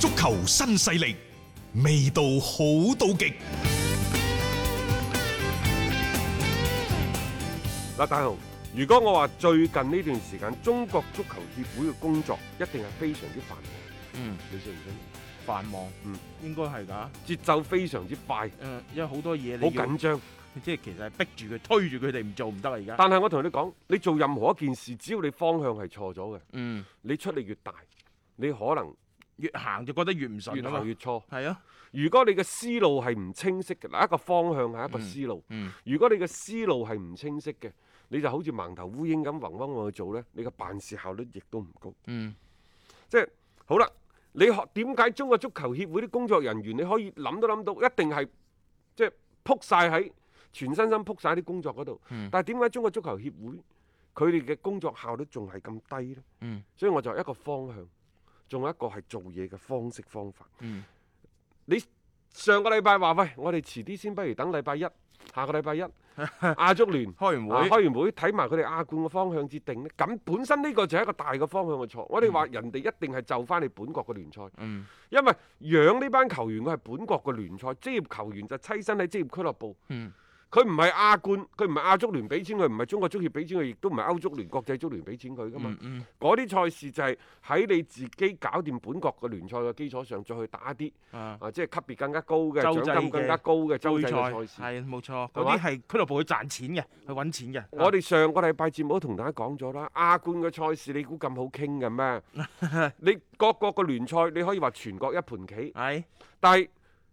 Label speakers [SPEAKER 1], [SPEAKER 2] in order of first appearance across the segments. [SPEAKER 1] 球新勢力，味道好到極。
[SPEAKER 2] 嗱，大雄，如果我話最近呢段時間中國足球協會嘅工作一定係非常之繁忙，
[SPEAKER 3] 嗯，
[SPEAKER 2] 你信唔信？
[SPEAKER 3] 繁忙，
[SPEAKER 2] 嗯，
[SPEAKER 3] 應該係㗎。誒、呃
[SPEAKER 2] 節奏非常之快，
[SPEAKER 3] 因為好多嘢
[SPEAKER 2] 好
[SPEAKER 3] 你要
[SPEAKER 2] 緊張。
[SPEAKER 3] 即係其實係逼住佢、推住佢哋唔做唔得啊！而家，
[SPEAKER 2] 但係我同你講，你做任何一件事，只要你方向係錯咗嘅，
[SPEAKER 3] 嗯，
[SPEAKER 2] 你出力越大，你可能
[SPEAKER 3] 越行就覺得越唔順
[SPEAKER 2] 越
[SPEAKER 3] 啊嘛
[SPEAKER 2] 行。越錯。
[SPEAKER 3] 係啊，
[SPEAKER 2] 如果你嘅思路係唔清晰嘅，嗱一個方向係一個思路。
[SPEAKER 3] 嗯，
[SPEAKER 2] 如果你嘅思路係唔清晰嘅，你就好似盲頭烏蠅咁嗡嗡我去做呢，你嘅辦事效率亦都唔高。
[SPEAKER 3] 嗯，
[SPEAKER 2] 即係好啦，你學點解中國足球協會啲工作人員你可以諗都諗到，一定係即係撲晒喺全身心撲晒喺啲工作嗰度。
[SPEAKER 3] 嗯
[SPEAKER 2] 但係點解中國足球協會佢哋嘅工作效率仲係咁低呢？
[SPEAKER 3] 嗯
[SPEAKER 2] 所以我就有一個方向，仲有一個係做嘢嘅方式方法。
[SPEAKER 3] 嗯
[SPEAKER 2] 你上個禮拜話喂，我哋遲啲先，不如等禮拜一，下個禮 拜一亞足聯。
[SPEAKER 3] 開
[SPEAKER 2] 啊、
[SPEAKER 3] 完會，
[SPEAKER 2] 開完會睇埋佢哋亞冠嘅方向至定咧，咁本身呢個就係一個大嘅方向嘅錯。我哋話人哋一定係就翻你本國嘅聯賽，
[SPEAKER 3] 嗯
[SPEAKER 2] 因為養呢班球員佢係本國嘅聯賽，職業球員就棲身喺職業俱樂部。
[SPEAKER 3] 嗯
[SPEAKER 2] 佢唔係亞冠，佢唔係亞足聯俾錢佢，唔係中國足協俾錢佢，亦都唔係歐足聯、國際足聯俾錢佢噶嘛
[SPEAKER 3] 嗯。嗯
[SPEAKER 2] 嗰啲、賽事就係喺你自己搞掂本國嘅聯賽嘅基礎上，再去打一啲
[SPEAKER 3] 啊，
[SPEAKER 2] 啊，即係級別更加高嘅、
[SPEAKER 3] 洲際
[SPEAKER 2] 獎金更加高嘅洲際
[SPEAKER 3] 杯
[SPEAKER 2] 嘅賽事。
[SPEAKER 3] 係冇錯，
[SPEAKER 2] 係
[SPEAKER 3] 嗰
[SPEAKER 2] 嘛
[SPEAKER 3] 啲係俱樂部去賺錢嘅，去揾錢嘅。啊
[SPEAKER 2] 我哋上個禮拜節目都同大家講咗啦，亞冠嘅賽事你估咁好傾嘅 咩？你各國嘅聯賽你可以話全國一盤棋，
[SPEAKER 3] 係
[SPEAKER 2] 但係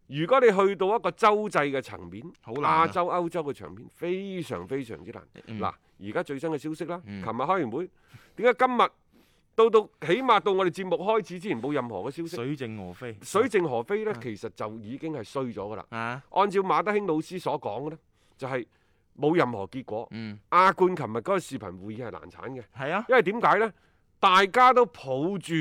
[SPEAKER 2] 如果你去到一個洲際嘅層面，
[SPEAKER 3] 好難啊
[SPEAKER 2] 亞洲、歐洲嘅場面非常非常之難。
[SPEAKER 3] 嗯
[SPEAKER 2] 嗱、而家最新嘅消息啦，琴
[SPEAKER 3] 嗯
[SPEAKER 2] 日開完會，點解今日到到起碼到我哋節目開始之前冇任何嘅消息？
[SPEAKER 3] 水啊靜鵝飛，
[SPEAKER 2] 水靜河飛呢，其實就已經係衰咗㗎啦。
[SPEAKER 3] 啊，
[SPEAKER 2] 按照馬德興老師所講嘅呢，就係、冇任何結果。
[SPEAKER 3] 嗯，
[SPEAKER 2] 亞冠琴日嗰個視頻會議係難產嘅，
[SPEAKER 3] 係啊，
[SPEAKER 2] 因為點解呢？大家都抱住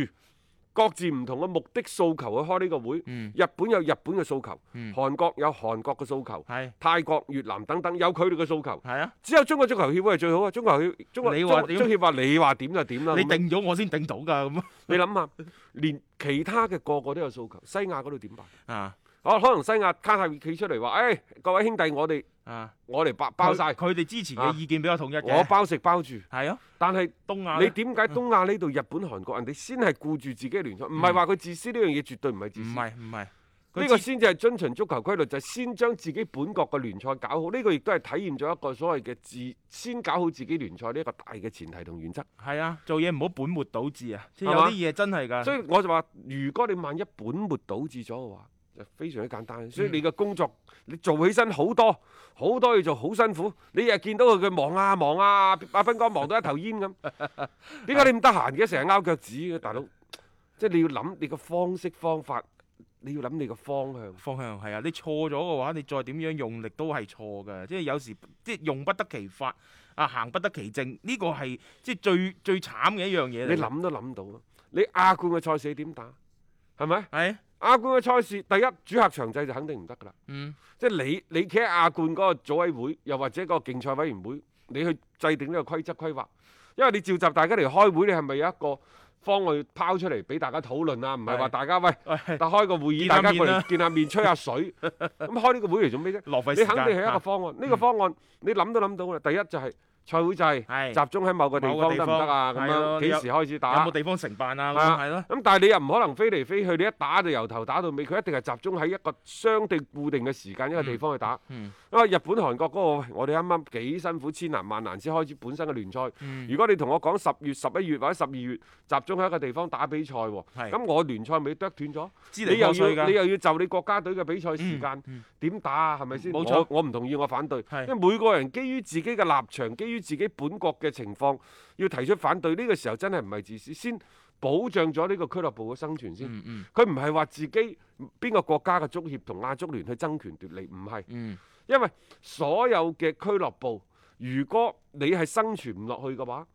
[SPEAKER 2] 各自唔同嘅目的訴求去開呢個會。
[SPEAKER 3] 嗯
[SPEAKER 2] 日本有日本嘅訴求，
[SPEAKER 3] 嗯
[SPEAKER 2] 韓國有韓國嘅訴求，
[SPEAKER 3] 係
[SPEAKER 2] 泰國、越南等等有佢哋嘅訴求。
[SPEAKER 3] 係啊，
[SPEAKER 2] 只有中國足球協會係最好啊！中國協中國
[SPEAKER 3] 你
[SPEAKER 2] 中國
[SPEAKER 3] 話
[SPEAKER 2] 足
[SPEAKER 3] 點
[SPEAKER 2] 協話你話點就點啦。
[SPEAKER 3] 你
[SPEAKER 2] 咁樣
[SPEAKER 3] 定咗我先定到㗎咁
[SPEAKER 2] 你諗下，連其他嘅個個都有訴求，西亞嗰度點辦？
[SPEAKER 3] 啊
[SPEAKER 2] 哦，可能西亞卡塔爾企出嚟話：，誒、哎各位兄弟，我哋
[SPEAKER 3] 啊，
[SPEAKER 2] 我嚟包包
[SPEAKER 3] 佢
[SPEAKER 2] 晒，
[SPEAKER 3] 佢哋之前
[SPEAKER 2] 啊
[SPEAKER 3] 嘅意見比較統一嘅。
[SPEAKER 2] 我包食包住。
[SPEAKER 3] 係啊，
[SPEAKER 2] 但係
[SPEAKER 3] 東亞
[SPEAKER 2] 你
[SPEAKER 3] 呢
[SPEAKER 2] 點解東亞呢度日本、韓國人哋先係顧住自己嘅聯賽？唔係話佢自私呢樣嘢，絕對唔係自
[SPEAKER 3] 嗯唔
[SPEAKER 2] 私。
[SPEAKER 3] 係唔係，
[SPEAKER 2] 呢
[SPEAKER 3] 佢
[SPEAKER 2] 個
[SPEAKER 3] 知
[SPEAKER 2] 先至係遵循足球規律，就係、先將自己本國嘅聯賽搞好。呢、個亦都係體現咗一個所謂嘅自先搞好自己聯賽呢一個大嘅前提同原則。
[SPEAKER 3] 係啊，做嘢唔好本末倒置啊！即係
[SPEAKER 2] 係
[SPEAKER 3] 有
[SPEAKER 2] 嘛
[SPEAKER 3] 啲嘢真係㗎。
[SPEAKER 2] 所以我就話，如果你萬一本末倒置咗嘅話，就非常之簡單。所以你嘅工作你做起身好多好多嘢做，好辛苦。你日日見到佢佢忙啊忙啊，阿斌哥忙到一頭煙咁。點解你唔得閒嘅？成日拗腳趾嘅大佬，即係你要諗你嘅方式方法，你要諗你嘅方向。
[SPEAKER 3] 方向係啊，你錯咗嘅話，你再點樣用力都係錯嘅，即係有時即係用不得其法，啊行不得其正，呢個係即係最最慘嘅一樣嘢嚟。
[SPEAKER 2] 你諗都諗到啊！你亞冠嘅賽事你點打？係咪？
[SPEAKER 3] 係啊
[SPEAKER 2] 亞冠嘅賽事，第一主客場制就肯定唔得㗎啦。
[SPEAKER 3] 嗯
[SPEAKER 2] 即係你你企喺亞冠嗰個組委會，又或者嗰個競賽委員會，你去制定呢個規則規劃，因為你召集大家嚟開會，你係咪有一個方案拋出嚟俾大家討論啊？唔係話
[SPEAKER 3] 係
[SPEAKER 2] 大家喂，
[SPEAKER 3] 哎
[SPEAKER 2] 但開個會議，
[SPEAKER 3] 見
[SPEAKER 2] 大
[SPEAKER 3] 下
[SPEAKER 2] 家過
[SPEAKER 3] 面啦
[SPEAKER 2] 嚟見下面吹下 水，咁開呢個會嚟做咩啫？
[SPEAKER 3] 浪費
[SPEAKER 2] 你
[SPEAKER 3] 時間
[SPEAKER 2] 肯定係一個
[SPEAKER 3] 啊
[SPEAKER 2] 方案，呢個方案你諗都諗到啦。第一就係賽會
[SPEAKER 3] 係
[SPEAKER 2] 制，集中喺某個地
[SPEAKER 3] 某個
[SPEAKER 2] 方
[SPEAKER 3] 地
[SPEAKER 2] 得唔得啊？
[SPEAKER 3] 方
[SPEAKER 2] 咁
[SPEAKER 3] 係
[SPEAKER 2] 樣
[SPEAKER 3] 咯
[SPEAKER 2] 幾
[SPEAKER 3] 有
[SPEAKER 2] 時開始
[SPEAKER 3] 有
[SPEAKER 2] 打
[SPEAKER 3] 冇？地方承辦啊？
[SPEAKER 2] 係啊
[SPEAKER 3] 咁係咯，
[SPEAKER 2] 咁但係你又唔可能飛嚟飛去，你一打就由頭打到尾，佢一定係集中喺一個相對固定嘅時間一個地方去打。
[SPEAKER 3] 嗯
[SPEAKER 2] 因為日本、韓國嗰、個，喂我哋啱啱幾辛苦，千難萬難先開始本身嘅聯賽。
[SPEAKER 3] 嗯
[SPEAKER 2] 如果你同我講十月、十一月或者十二月集中喺一個地方打比賽喎，
[SPEAKER 3] 係
[SPEAKER 2] 咁我聯賽咪剁斷咗？
[SPEAKER 3] 支
[SPEAKER 2] 你
[SPEAKER 3] 離破
[SPEAKER 2] 又
[SPEAKER 3] 碎
[SPEAKER 2] 要你
[SPEAKER 3] 㗎，
[SPEAKER 2] 又要就你國家隊嘅比賽時間
[SPEAKER 3] 嗯
[SPEAKER 2] 點打啊？係咪先？
[SPEAKER 3] 冇錯
[SPEAKER 2] 我我唔同意，我反對。
[SPEAKER 3] 係
[SPEAKER 2] 因為每個人基於自己嘅立場，基於自己本國嘅情況，要提出反對，呢個時候真係唔係自私，先保障咗呢個俱樂部嘅生存先。
[SPEAKER 3] 嗯嗯
[SPEAKER 2] 佢唔係話自己邊個國家嘅足協同亞足聯去爭權奪利，唔係。
[SPEAKER 3] 嗯
[SPEAKER 2] 因為所有嘅俱樂部，如果你係生存唔落去嘅話，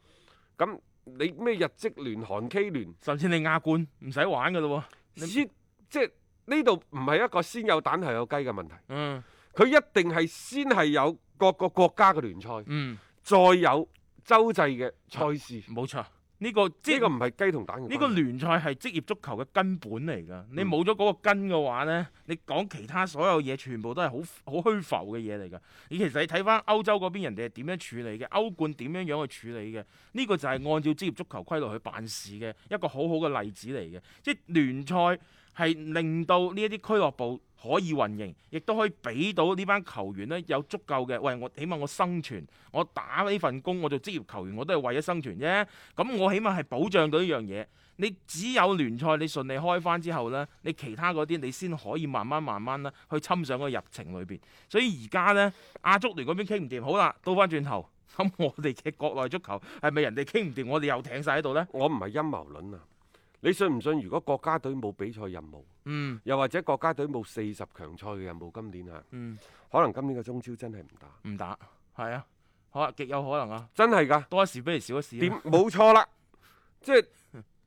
[SPEAKER 2] 咁你咩日職聯、韓 K 聯，
[SPEAKER 3] 甚至你亞冠唔使玩㗎咯喎，你
[SPEAKER 2] 先即係呢度唔係一個先有蛋後有雞嘅問題，
[SPEAKER 3] 嗯
[SPEAKER 2] 佢一定係先係有各個國家嘅聯賽，
[SPEAKER 3] 嗯
[SPEAKER 2] 再有洲際嘅賽事，
[SPEAKER 3] 冇錯，呢個啊
[SPEAKER 2] 呢
[SPEAKER 3] 即係
[SPEAKER 2] 個唔係雞同蛋嘅關嗯係。
[SPEAKER 3] 呢個聯賽係職業足球嘅根本嚟㗎，你冇咗嗰個根嘅話呢，你講其他所有嘢全部都係好好虛浮嘅嘢嚟㗎。你其實你睇翻歐洲嗰邊人哋係點樣處理嘅，歐冠點樣樣去處理嘅，呢、個就係按照職業足球規律去辦事嘅一個好好嘅例子嚟嘅。即係聯賽係令到呢一啲俱樂部可以運營，亦都可以俾到呢班球員呢有足夠嘅，喂，我起碼我生存，我打呢份工，我做職業球員，我都係為咗生存啫。咁我起碼係保障到呢樣嘢。你只有聯賽你順利開翻之後呢，你其他嗰啲你先可以慢慢慢慢啦，去侵上個入程裏邊。所以而家呢，亞足聯嗰邊傾唔掂，好啦，倒翻轉頭， 咁我哋嘅國內足球係咪人哋傾唔掂，我哋又艇晒喺度呢？
[SPEAKER 2] 我唔係陰謀論啊！你信唔信？如果國家隊冇比賽任務，
[SPEAKER 3] 嗯
[SPEAKER 2] 又或者國家隊冇四十強賽嘅任務，今年啊，
[SPEAKER 3] 嗯，
[SPEAKER 2] 可能今年嘅中超真係唔打，
[SPEAKER 3] 唔打，係啊，可極有可能啊，
[SPEAKER 2] 真係㗎。
[SPEAKER 3] 多一事不如少一事
[SPEAKER 2] 點
[SPEAKER 3] 啊。
[SPEAKER 2] 冇錯啦，即係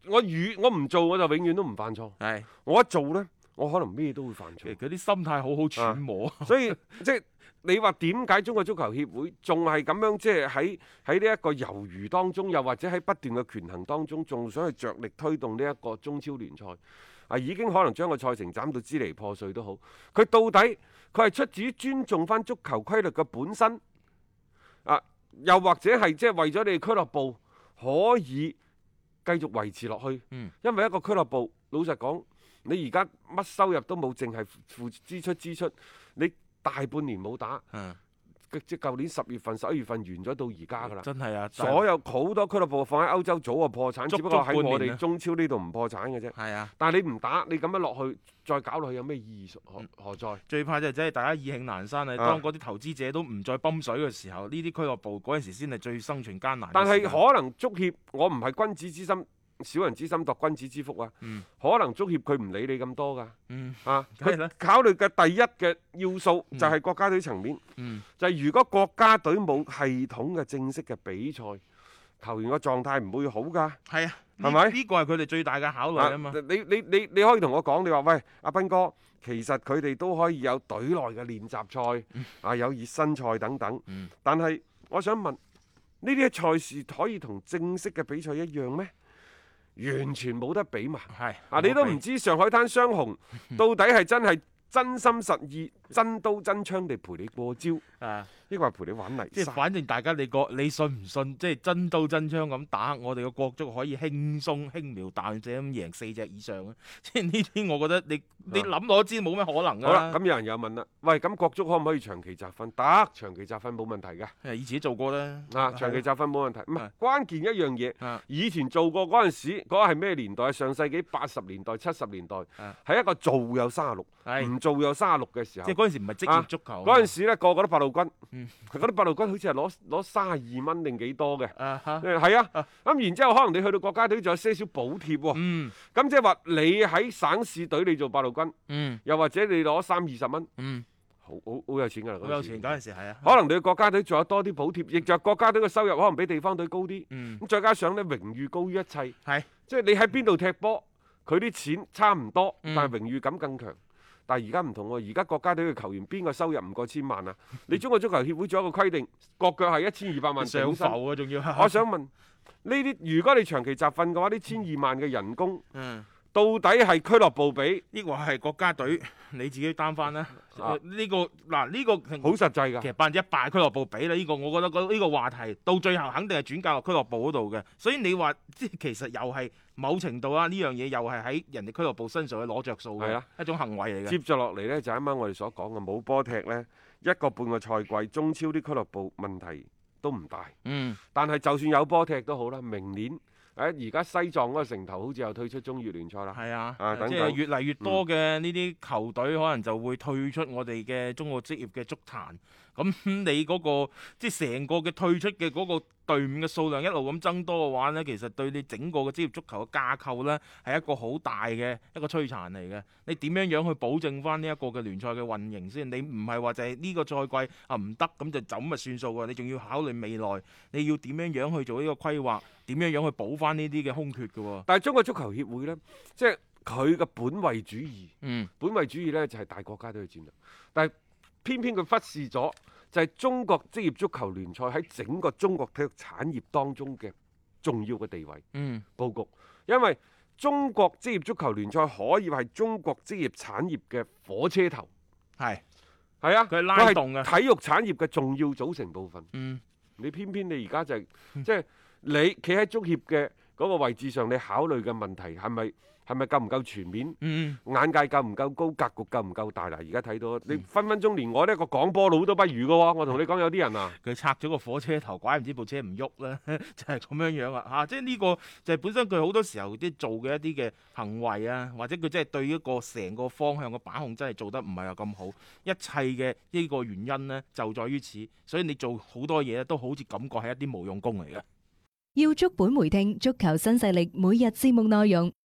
[SPEAKER 2] 我與我唔做我就永遠都唔犯錯，
[SPEAKER 3] 係，
[SPEAKER 2] 我一做呢，我可能咩都會犯
[SPEAKER 3] 其實
[SPEAKER 2] 錯。
[SPEAKER 3] 嗰啲心態好好揣摩。啊
[SPEAKER 2] 所以即係你話點解中國足球協會仲係咁樣，即係喺喺呢一個猶豫當中，又或者喺不斷嘅權衡當中，仲想去着力推動呢一個中超聯賽啊，已經可能將個賽程斬到支離破碎都好。佢到底佢係出自於尊重翻足球規律嘅本身啊，又或者係即係為咗你哋俱樂部可以繼續維持落去，
[SPEAKER 3] 嗯
[SPEAKER 2] 因為一個俱樂部老實講，你而家乜收入都冇，淨係付支出支出。你大半年冇打，
[SPEAKER 3] 嗯，
[SPEAKER 2] 即係舊年十月份、十一月份完咗到而家㗎啦。
[SPEAKER 3] 真係啊，
[SPEAKER 2] 所有好多俱樂部放喺歐洲早就破產，
[SPEAKER 3] 足
[SPEAKER 2] 只不過喺
[SPEAKER 3] 足半
[SPEAKER 2] 我
[SPEAKER 3] 年
[SPEAKER 2] 哋
[SPEAKER 3] 啊
[SPEAKER 2] 中超呢度唔破產嘅啫。
[SPEAKER 3] 係啊。
[SPEAKER 2] 但係你唔打，你咁樣落去，再搞落去有咩意義何何在？
[SPEAKER 3] 最怕就嗯係真係大家意興闌珊啊！
[SPEAKER 2] 啊
[SPEAKER 3] 當嗰啲投資者都唔再泵水嘅時候，呢啲俱樂部嗰陣時先係最生存艱難嘅
[SPEAKER 2] 但
[SPEAKER 3] 時
[SPEAKER 2] 係
[SPEAKER 3] 間。
[SPEAKER 2] 可能足協，我唔係君子之心，小人之心度君子之腹啊。
[SPEAKER 3] 嗯
[SPEAKER 2] 可能足協佢唔理你咁多㗎，
[SPEAKER 3] 嗯
[SPEAKER 2] 啊，
[SPEAKER 3] 梗係啦
[SPEAKER 2] 佢考慮嘅第一嘅要素就係國家隊層面。
[SPEAKER 3] 嗯
[SPEAKER 2] 就係如果國家隊冇系統嘅正式嘅比賽，球員個狀態唔會好㗎。
[SPEAKER 3] 係啊，
[SPEAKER 2] 係
[SPEAKER 3] 呢
[SPEAKER 2] 咪
[SPEAKER 3] 呢個係佢哋最大嘅考慮啊嘛
[SPEAKER 2] 啊。你你你你可以同我講，你話喂，阿斌哥，其實佢哋都可以有隊內嘅練習賽，啊有熱身賽等等。
[SPEAKER 3] 嗯
[SPEAKER 2] 但係我想問，呢啲賽事可以同正式嘅比賽一樣咩？完全冇得比嘛！
[SPEAKER 3] 係
[SPEAKER 2] 啊，你都唔
[SPEAKER 3] 知
[SPEAKER 2] 知上海灘雙雄到底係真係真心實意、真刀真槍地陪你過招，
[SPEAKER 3] 啊！
[SPEAKER 2] 抑或陪你玩泥
[SPEAKER 3] 即係啊
[SPEAKER 2] 沙
[SPEAKER 3] 反正大家你個你信唔信？即係真刀真槍咁打，我哋嘅國足可以輕鬆輕描淡寫咁贏四隻以上啊！ 即係呢啲，我覺得你你
[SPEAKER 2] 啊
[SPEAKER 3] 諗攞知冇咩可
[SPEAKER 2] 好
[SPEAKER 3] 能啊
[SPEAKER 2] 啦，
[SPEAKER 3] 㗎啦。
[SPEAKER 2] 咁有人又問啦，喂，咁國足可唔可以長期集訓？得，長期集訓冇問題嘅。
[SPEAKER 3] 誒以前都做過啦。
[SPEAKER 2] 啊，長期集訓冇問題。唔
[SPEAKER 3] 係
[SPEAKER 2] 係關鍵一樣嘢
[SPEAKER 3] 啊，
[SPEAKER 2] 以前做過嗰陣時，嗰個係咩年代？上世紀八十年代、七十年代
[SPEAKER 3] 啊，
[SPEAKER 2] 係一個做有三十六，
[SPEAKER 3] 係
[SPEAKER 2] 唔做有三十六嘅時候
[SPEAKER 3] 即係。嗰陣時唔係職業
[SPEAKER 2] 嗯啊
[SPEAKER 3] 足球啊嘛。
[SPEAKER 2] 嗰陣時咧，個個都八路軍
[SPEAKER 3] 嗯，
[SPEAKER 2] 嗰啲八路軍好似係攞攞三十二蚊定幾多嘅。
[SPEAKER 3] 啊哈
[SPEAKER 2] 誒係啊
[SPEAKER 3] 啊，
[SPEAKER 2] 咁然之後可能你去到國家隊仲有些少補貼喎，
[SPEAKER 3] 嗯
[SPEAKER 2] 咁即係話你喺省市隊你做八路軍，
[SPEAKER 3] 嗯
[SPEAKER 2] 又或者你攞三二十蚊，
[SPEAKER 3] 嗯，
[SPEAKER 2] 好好好有錢㗎啦
[SPEAKER 3] 好有
[SPEAKER 2] 嗰陣時
[SPEAKER 3] 錢嗰陣時係啊。
[SPEAKER 2] 可能你國家隊仲有多啲補貼，亦就係國家隊嘅收入可能比地方隊高啲。
[SPEAKER 3] 嗯
[SPEAKER 2] 咁再加上咧榮譽高於一切，
[SPEAKER 3] 係
[SPEAKER 2] 即係你喺邊度踢波，佢啲錢差唔多，
[SPEAKER 3] 嗯
[SPEAKER 2] 但係榮譽感更強。但係而家唔同喎，而家國家隊嘅球員邊個收入唔過千 萬啊？你中國足球協會仲有一個規定，國腳係一千二百萬
[SPEAKER 3] 上
[SPEAKER 2] 頂薪。
[SPEAKER 3] 浮啊，仲要
[SPEAKER 2] 我想問呢啲，如果你長期集訓嘅話，呢千二萬嘅人工
[SPEAKER 3] 嗯，
[SPEAKER 2] 到底係俱樂部俾？
[SPEAKER 3] 抑或係國家隊你自己擔翻啦。呃
[SPEAKER 2] 啊
[SPEAKER 3] 呢、個嗱呢、個
[SPEAKER 2] 好實際㗎
[SPEAKER 3] 其。實百分之一百俱樂部俾啦，呢、個我覺得呢個話題到最後肯定係轉嫁落俱樂部嗰度嘅，所以你話即係其實又係某程度啊，呢樣嘢又係喺人哋俱樂部身上去攞着數
[SPEAKER 2] 係
[SPEAKER 3] 嘅
[SPEAKER 2] 啊
[SPEAKER 3] 一種行為嚟
[SPEAKER 2] 接
[SPEAKER 3] 嘅。
[SPEAKER 2] 咗落嚟呢，就啱啱我哋所講嘅冇波踢呢，一個半個賽季，中超啲俱樂部問題都唔大。
[SPEAKER 3] 嗯，
[SPEAKER 2] 但係就算有波踢都好啦，明年誒而家西藏嗰個城頭好似又退出中乙聯賽啦。
[SPEAKER 3] 係啊，
[SPEAKER 2] 啊等
[SPEAKER 3] 即係
[SPEAKER 2] 等嗯
[SPEAKER 3] 越嚟越多嘅呢啲球隊可能就會退出我哋嘅中國職業嘅足壇。咁 你嗰、個即係成個嘅退出嘅嗰個隊伍嘅數量一路咁增多嘅話呢，其實對你整個嘅職業足球嘅架構呢，係一個好大嘅一個摧殘嚟嘅。你點樣樣去保證翻呢一個嘅聯賽嘅運營先？你唔係話就係呢個賽季啊唔得咁就就咁咪算數喎？你仲要考慮未來你要點樣樣去做呢個規劃，點樣樣去補翻呢啲嘅空缺嘅喎。
[SPEAKER 2] 但係中國足球協會呢，即係佢嘅本位主義，
[SPEAKER 3] 嗯，
[SPEAKER 2] 本位主義呢就係大國家隊嘅戰略，但係偏偏佢忽視咗就係中國職業足球聯賽喺整個中國體育產業當中嘅重要嘅地位
[SPEAKER 3] 嗯
[SPEAKER 2] 佈局，因為中國職業足球聯賽可以係中國職業產業嘅火車頭，
[SPEAKER 3] 係
[SPEAKER 2] 係啊，
[SPEAKER 3] 佢係拉
[SPEAKER 2] 係
[SPEAKER 3] 動嘅
[SPEAKER 2] 體育產業嘅重要組成部分。
[SPEAKER 3] 嗯
[SPEAKER 2] 你偏偏你而家就係即係你企喺足協嘅嗰個位置上，你考慮嘅問題係咪係咪夠唔夠全面？
[SPEAKER 3] 嗯
[SPEAKER 2] 眼界夠唔夠高，格局夠唔夠大嗱？而家睇到你分分鐘連我呢一個講波佬都不如噶喎！我同你講，有啲人啊，
[SPEAKER 3] 佢拆咗個火車頭，怪唔知部車唔喐啦， 就係咁樣樣啊！嚇，即係呢個就係本身佢好多時候啲做嘅一啲嘅行為啊，或者佢真係對一個成個方向嘅把控真係做得唔係話咁好，一切嘅呢個原因呢，就在於此，所以你做好多嘢都好似感覺係一啲無用功嚟嘅。
[SPEAKER 4] 要足本回聽足球新勢力每日節目內容，